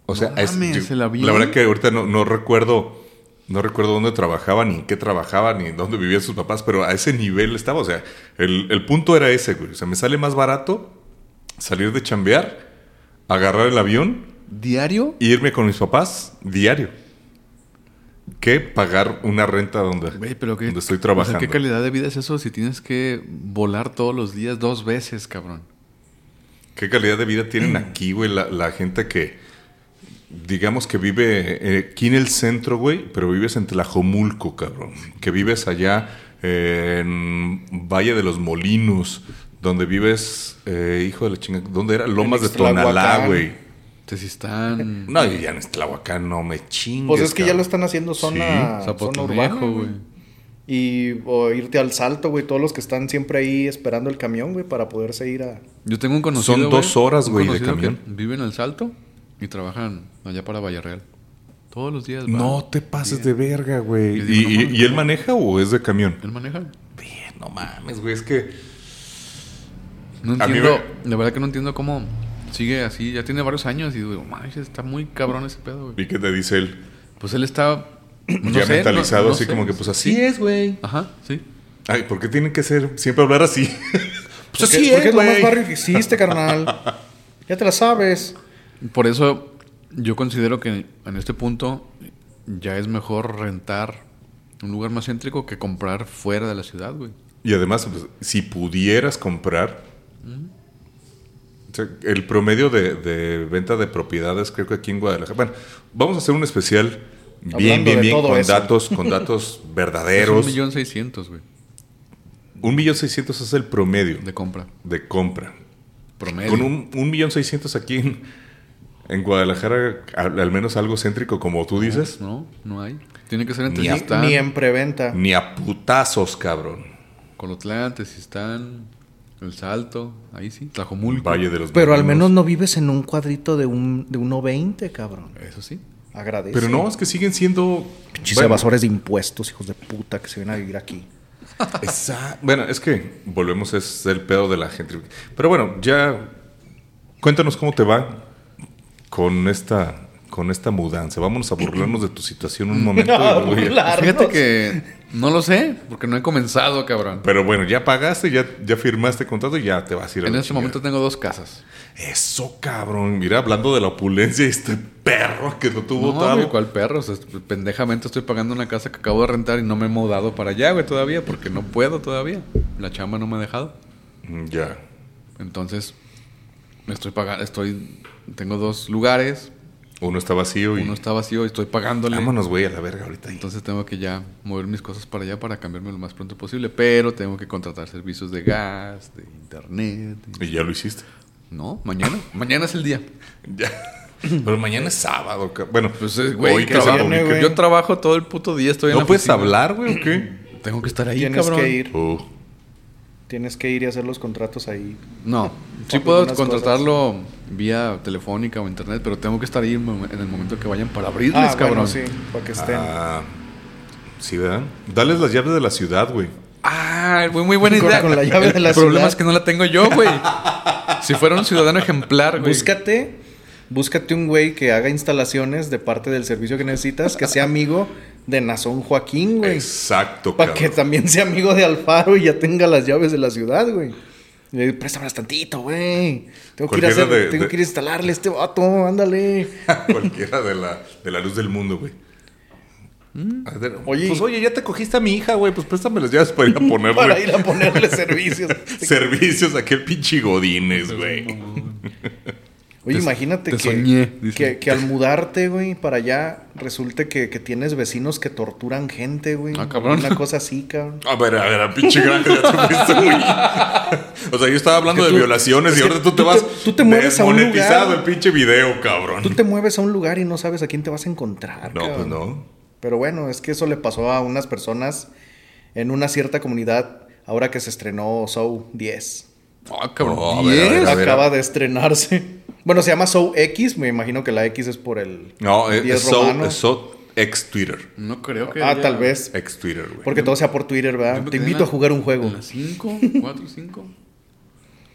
S1: O sea,
S2: No
S1: es-
S2: mames,
S1: yo-
S2: el avión.
S1: la verdad que ahorita no, no recuerdo no recuerdo dónde trabajaba, ni en qué trabajaba, ni dónde vivían sus papás, pero a ese nivel estaba. O sea, el, el punto era ese, güey. O sea, me sale más barato salir de chambear, agarrar el avión
S2: ¿Diario?
S1: e irme con mis papás diario que pagar una renta donde,
S2: Güey, pero qué,
S1: donde estoy
S2: o sea,
S1: trabajando.
S2: ¿Qué calidad de vida es eso si tienes que volar todos los días dos veces, cabrón?
S1: ¿Qué calidad de vida
S3: Mm.
S1: tienen aquí, güey? La, la gente que, digamos que vive eh, aquí en el centro, güey, pero vives en Tlajomulco, cabrón. Que vives allá eh, en Valle de los Molinos, donde vives, eh, hijo de la chinga, ¿dónde era? Lomas de Tonalá,
S3: Ixtlahuacán.
S1: güey.
S2: Te si están.
S1: No, y ya en Tlahuacán no me chingues.
S3: Pues es que ya lo
S1: cabrón.
S3: están haciendo zona, zona urbana,
S2: Zapotlán,
S3: güey.
S2: güey.
S3: Y o irte al salto, güey. Todos los que están siempre ahí esperando el camión, güey, para poderse ir a.
S1: Pues
S2: Yo tengo un conocido.
S1: Son
S2: güey,
S1: dos horas,
S2: un
S1: güey, de
S2: conocido que
S1: camión.
S2: Vive en el salto y trabajan allá para Villarreal. Todos los días. va.
S1: No te pases de verga, güey. ¿Y,
S2: Yo digo, no
S1: y-
S2: mames,
S1: y él maneja o es de camión?
S2: Él maneja.
S1: Bien, no mames, güey. Es que
S2: No
S1: A mí
S2: entiendo. La verdad que no entiendo cómo sigue así. Ya tiene varios años y digo, manches, está muy cabrón ese pedo, güey.
S1: vi que te dice él.
S2: Pues él está. pues, no
S1: ya
S2: sé,
S1: mentalizado,
S2: no- no
S1: así
S2: sé.
S1: como que pues así es, güey.
S2: Ajá, sí.
S1: Ay, ¿por qué tienen que ser siempre hablar así? pues
S3: Porque- porque es lo más barrio que existe, carnal. Ya te la sabes.
S2: Por eso yo considero que en este punto ya es mejor rentar un lugar más céntrico que comprar fuera de la ciudad, güey.
S1: Y además, pues, si pudieras comprar, o sea, el promedio de, de venta de propiedades, creo que aquí en Guadalajara. Bueno, vamos a hacer un especial bien, bien,
S3: Hablando de
S1: bien,
S3: todo
S1: con
S3: eso.
S1: datos, con datos
S2: Es
S1: verdaderos.
S2: un millón seiscientos, güey,
S1: Un millón seiscientos es el promedio
S2: de compra.
S1: de compra.
S2: Promedio.
S1: Con un, un millón seiscientos aquí en, En Guadalajara, al, al menos algo céntrico, como tú dices,
S2: No, no hay. Tiene que ser en
S1: Ni a-
S2: Tezistán,
S3: Ni en preventa.
S1: ni a putazos, cabrón.
S2: Colotlán, Tezistán, El Salto, ahí sí, Tlajomulco.
S1: Valle de los
S3: Pero al
S1: Venados.
S3: menos no vives en un cuadrito de un de 1.20, cabrón.
S2: Eso sí.
S3: Agradece.
S1: Pero no, es que siguen siendo.
S3: Pinches
S1: bueno,
S3: evasores de impuestos, hijos de puta, que se vienen a vivir aquí.
S1: exa- bueno, es que volvemos, es el pedo de la gente. Pero bueno, ya. Cuéntanos cómo te va con esta. Con esta mudanza, vámonos a burlarnos de tu situación un momento. y luego ya-
S2: Fíjate que no lo sé, porque no he comenzado, cabrón.
S1: Pero bueno, ya pagaste, ya, ya firmaste contrato y ya te vas a ir a
S2: En
S1: la
S2: este
S1: chingada.
S2: momento tengo dos casas.
S1: Eso, cabrón. Mira, hablando de la opulencia, este perro que no tuvo
S2: No,
S1: tabo.
S2: güey, ¿cuál perro? O sea, pendejamente estoy pagando una casa que acabo de rentar y no me he mudado para allá, güey, todavía, porque no puedo todavía. La chamba no me ha dejado.
S1: Mm, Ya.
S2: Entonces, estoy pagando, estoy, tengo dos lugares,
S1: Uno está vacío y.
S2: uno está vacío y estoy pagándole.
S1: Vámonos, güey, a la verga ahorita.
S2: Entonces tengo que ya mover mis cosas para allá para cambiarme lo más pronto posible, pero tengo que contratar servicios de gas, de internet. de-
S1: Y ya lo hiciste.
S2: No, mañana, mañana es el día.
S1: Ya. Pero mañana es sábado, ca- Bueno,
S2: Pues, eh, güey,
S1: hoy que se
S2: trabajo.
S1: publica.
S3: güey.
S2: yo trabajo todo el puto día, estoy en
S1: ¿No
S2: la
S1: puedes
S2: oficina.
S1: hablar, güey, o qué?
S2: Tengo que estar ahí,
S3: Tienes
S2: cabrón.
S3: que ir.
S1: Uh,
S3: Tienes que ir y hacer los contratos ahí.
S2: No, sí
S3: Por
S2: puedo
S3: algunas
S2: contratarlo vía telefónica o internet, pero tengo que estar ahí mom- en el momento que vayan para abrirles,
S3: Ah,
S2: cabrón.
S3: bueno, sí, para que estén.
S1: ah, sí, ¿verdad? Dales las llaves de la ciudad, güey.
S2: Ah, güey, muy buena
S3: Con-
S2: idea.
S3: con la llave
S2: el
S3: de la
S2: problema
S3: ciudad.
S2: es que no la tengo yo, güey. si fuera un ciudadano ejemplar, güey.
S3: Búscate, búscate un güey que haga instalaciones de parte del servicio que necesitas, que sea amigo de Nazón Joaquín, güey.
S1: Exacto,
S3: Para que
S1: cabrón.
S3: también sea amigo de Alfaro y ya tenga las llaves de la ciudad, güey. Eh, Préstamelas tantito, güey. Tengo, que ir,
S1: Cualquiera
S3: a hacer-
S1: de-
S3: tengo
S1: de-
S3: que ir a instalarle a este vato, ándale.
S1: Cualquiera de la, de la luz del mundo, güey. A ver,
S3: Mm. Oye,
S1: pues oye, ya te cogiste a mi hija, güey. Pues préstame las llaves para ir a ponerle
S3: Para ir a ponerle servicios.
S1: servicios a aquel pinche
S3: Pues
S1: Godines, güey.
S3: Oye,
S2: Te-
S3: imagínate
S2: te
S3: que,
S2: soñé, dice.
S3: que, que al mudarte, güey, para allá, resulte que, que tienes vecinos que torturan gente, güey.
S2: Ah, cabrón.
S3: Una cosa así, cabrón.
S1: A ver, a ver, a pinche grande ya te fuiste, güey. O sea, yo estaba hablando
S3: Es que
S1: de
S3: tú-
S1: violaciones
S3: es
S1: y
S3: que
S1: ahorita tú te
S3: tú
S1: vas
S3: te- tú te mueves a un lugar.
S1: desmonetizado el pinche video, cabrón.
S3: Tú te mueves a un lugar y no sabes a quién te vas a encontrar.
S1: No, pues
S3: cabrón.
S1: no.
S3: Pero bueno, es que eso le pasó a unas personas en una cierta comunidad ahora que se estrenó Soul 10.
S2: Ah, cabrón.
S1: Oh, a ver, a ver,
S2: ¿diez?
S1: a ver.
S3: Acaba de estrenarse. Bueno, se llama Soul X, me imagino que la X es por el
S1: No, eh, es,
S3: 10
S1: es so-
S3: romano.
S1: es so- ex Twitter.
S2: No creo que.
S3: ah,
S2: haya-
S3: tal vez.
S1: Ex Twitter, güey.
S3: Porque todo sea por Twitter,
S2: Yo
S3: ¿verdad?
S2: me
S3: Te
S2: quedé en
S3: invito
S2: la-
S3: a jugar un
S2: en
S3: juego.
S2: la ¿Cinco? ¿Cuatro? ¿Cinco?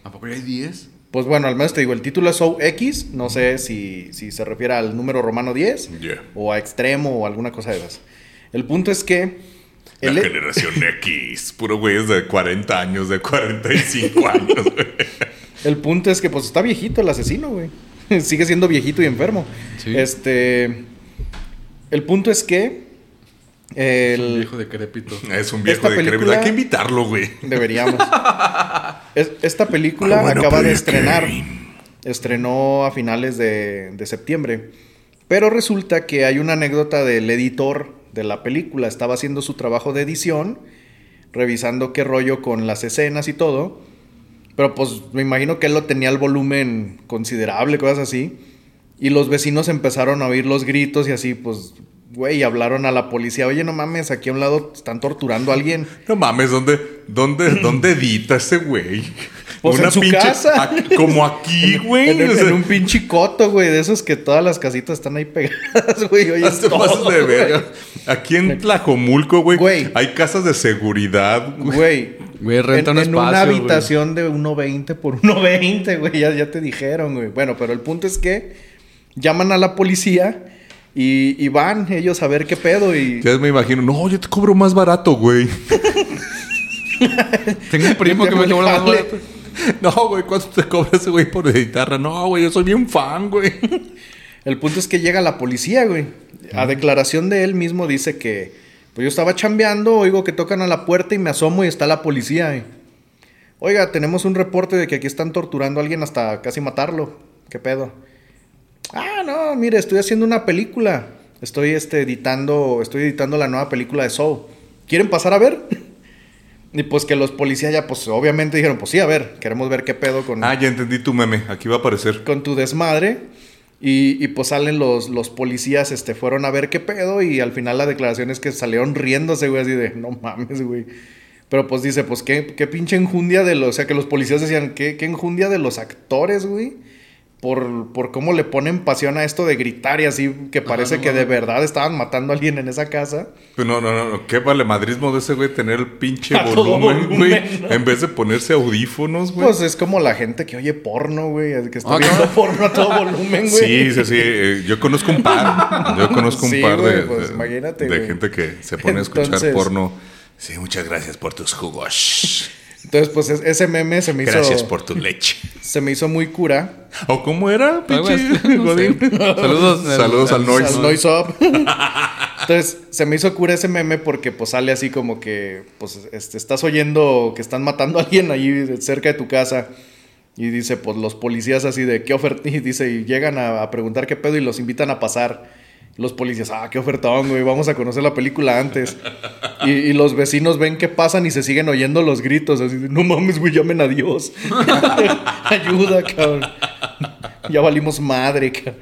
S2: ¿A poco ya hay diez?
S3: Pues bueno, al menos te digo, el título es Soul X, no sé si, si se refiere al número romano 10
S1: Yeah.
S3: o a extremo o alguna cosa de esas. El punto es que...
S1: La
S3: el- e-
S1: generación X, puro güeyes de 40 años, de 45 años, güey.
S3: El punto es que pues está viejito el asesino, güey. Sigue siendo viejito y enfermo.
S2: Sí.
S3: Este. El punto es que.
S2: El
S3: El,
S2: viejo decrépito.
S1: Es un viejo
S3: Esta
S1: de crédito.
S3: película-
S1: Hay que invitarlo, güey. Ah,
S3: deberíamos. Es- esta película
S1: I wanna
S3: acaba
S1: play
S3: de
S1: a
S3: estrenar.
S1: game.
S3: Estrenó a finales de, de septiembre. Pero resulta que hay una anécdota del editor de la película. Estaba haciendo su trabajo de edición, revisando qué rollo con las escenas y todo. Pero pues me imagino que él lo tenía al volumen considerable, cosas así. Y los vecinos empezaron a oír los gritos y así, pues, güey, hablaron a la policía. Oye, no mames, aquí a un lado están torturando a alguien.
S1: No mames, ¿dónde, dónde, dónde edita ese güey?
S3: Pues en su casa.
S1: ac- como aquí, güey.
S3: En, en-
S1: o sea,
S3: en un pinche coto, güey, de esos que todas las casitas están ahí pegadas, güey. Oye, es
S1: hazte
S3: todo,
S1: pasos de verga.
S3: güey.
S1: Aquí en Tlajomulco, güey,
S3: Güey.
S1: hay casas de seguridad, güey.
S3: Güey,
S2: Güey,
S3: en,
S2: renta un
S3: en
S2: espacio.
S3: una
S2: güey.
S3: habitación de 1.20 por 1.20, güey, ya, ya te dijeron, güey. Bueno, pero el punto es que llaman a la policía y, y van ellos a ver qué pedo y...
S1: Ya me imagino, no, yo te cobro más barato, güey.
S2: Tengo un primo que me
S3: Déjame
S2: cobra más
S3: dejarle.
S2: barato.
S1: No, güey, ¿cuánto te cobra ese güey por editarla? No, güey, yo soy bien fan, güey.
S3: El punto es que llega la policía, güey. A declaración de él mismo dice que, pues yo estaba chambeando, oigo que tocan a la puerta y me asomo y está la policía. güey. Oiga, tenemos un reporte de que aquí están torturando a alguien hasta casi matarlo. ¿Qué pedo? Ah, no, mire, estoy haciendo una película. Estoy este, editando, estoy editando la nueva película de Soul. ¿Quieren pasar a ver? Y pues que los policías ya, pues obviamente dijeron, pues sí, a ver, queremos ver qué pedo con
S1: Ah, ya entendí tu meme. Aquí va a aparecer.
S3: con tu desmadre. Y, y pues salen los, los policías, este, fueron a ver qué pedo y al final la declaración es que salieron riéndose, güey, así de, no mames, güey. Pero pues dice, pues qué, qué pinche enjundia de los, o sea, que los policías decían, qué, qué enjundia de los actores, güey. Por, por cómo le ponen pasión a esto de gritar y así, que parece
S2: no
S3: que de
S2: mames.
S3: verdad estaban matando a alguien en esa casa.
S1: No, no, no, qué vale madrismo de ese güey tener el pinche
S3: A todo
S1: volumen, güey,
S3: volumen, ¿no?
S1: en vez de ponerse audífonos, güey.
S3: Pues es como la gente que oye porno, güey, así que está
S2: Ah,
S3: viendo
S2: cabrón.
S3: porno a todo volumen, güey.
S1: Sí, sí, sí. eh, Yo conozco un par. Yo conozco un
S3: Sí,
S1: par de,
S3: güey, pues,
S1: de-
S3: imagínate,
S1: de
S3: güey.
S1: gente que se pone a escuchar
S3: Entonces-
S1: porno. Sí, muchas gracias por tus jugos.
S3: Entonces, pues es- ese meme se me hizo,
S1: Gracias por tu leche.
S3: se me hizo muy cura.
S1: ¿O cómo era,
S2: Algo
S1: pinche
S2: así, Ah, pues, no sé.
S1: Godín?
S2: Saludos.
S1: Saludos al Noise.
S3: Al noise up. Entonces, se me hizo cura ese meme porque pues sale así como que pues este, estás oyendo que están matando a alguien allí cerca de tu casa. Y dice, pues los policías así de qué oferta. Y dice, y llegan a, a preguntar qué pedo y los invitan a pasar. Los policías, ah, qué ofertón, güey, vamos a conocer la película antes. Y, y los vecinos ven que pasan y se siguen oyendo los gritos. Así de, no mames, güey, llamen a Dios. Ayuda, cabrón. Ya valimos madre, cabrón.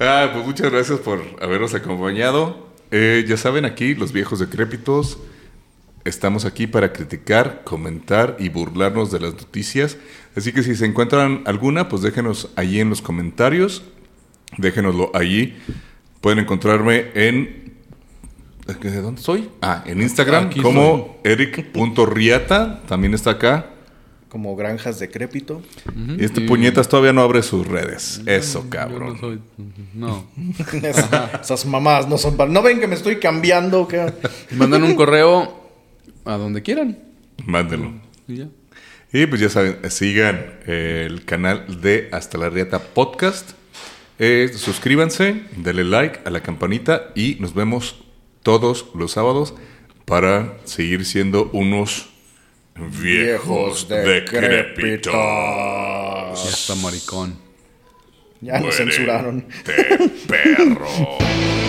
S1: Ah, pues muchas gracias por habernos acompañado. Eh, ya saben, aquí los viejos decrépitos estamos aquí para criticar, comentar y burlarnos de las noticias. Así que si se encuentran alguna, pues déjenos ahí en los comentarios. Déjenoslo allí. Pueden encontrarme en... ¿De dónde soy? Ah, en Instagram
S2: Aquí
S1: como eric.riata. También está acá.
S3: como granjas de crépito.
S1: Y este puñetas todavía no abre sus redes. Eso, cabrón.
S2: No, soy- no.
S3: Es- esas mamás no son para. No ven que me estoy cambiando. Que...
S2: Mandan un correo a donde quieran.
S1: Mándenlo.
S2: Y ya.
S1: Y pues ya saben, sigan eh, el canal de Hasta la Riata Podcast. Eh, suscríbanse, denle like a la campanita y nos vemos todos los sábados para seguir siendo unos viejos, decrépitos.
S2: Ya está maricón.
S3: Ya nos censuraron.
S1: Muérete, perro.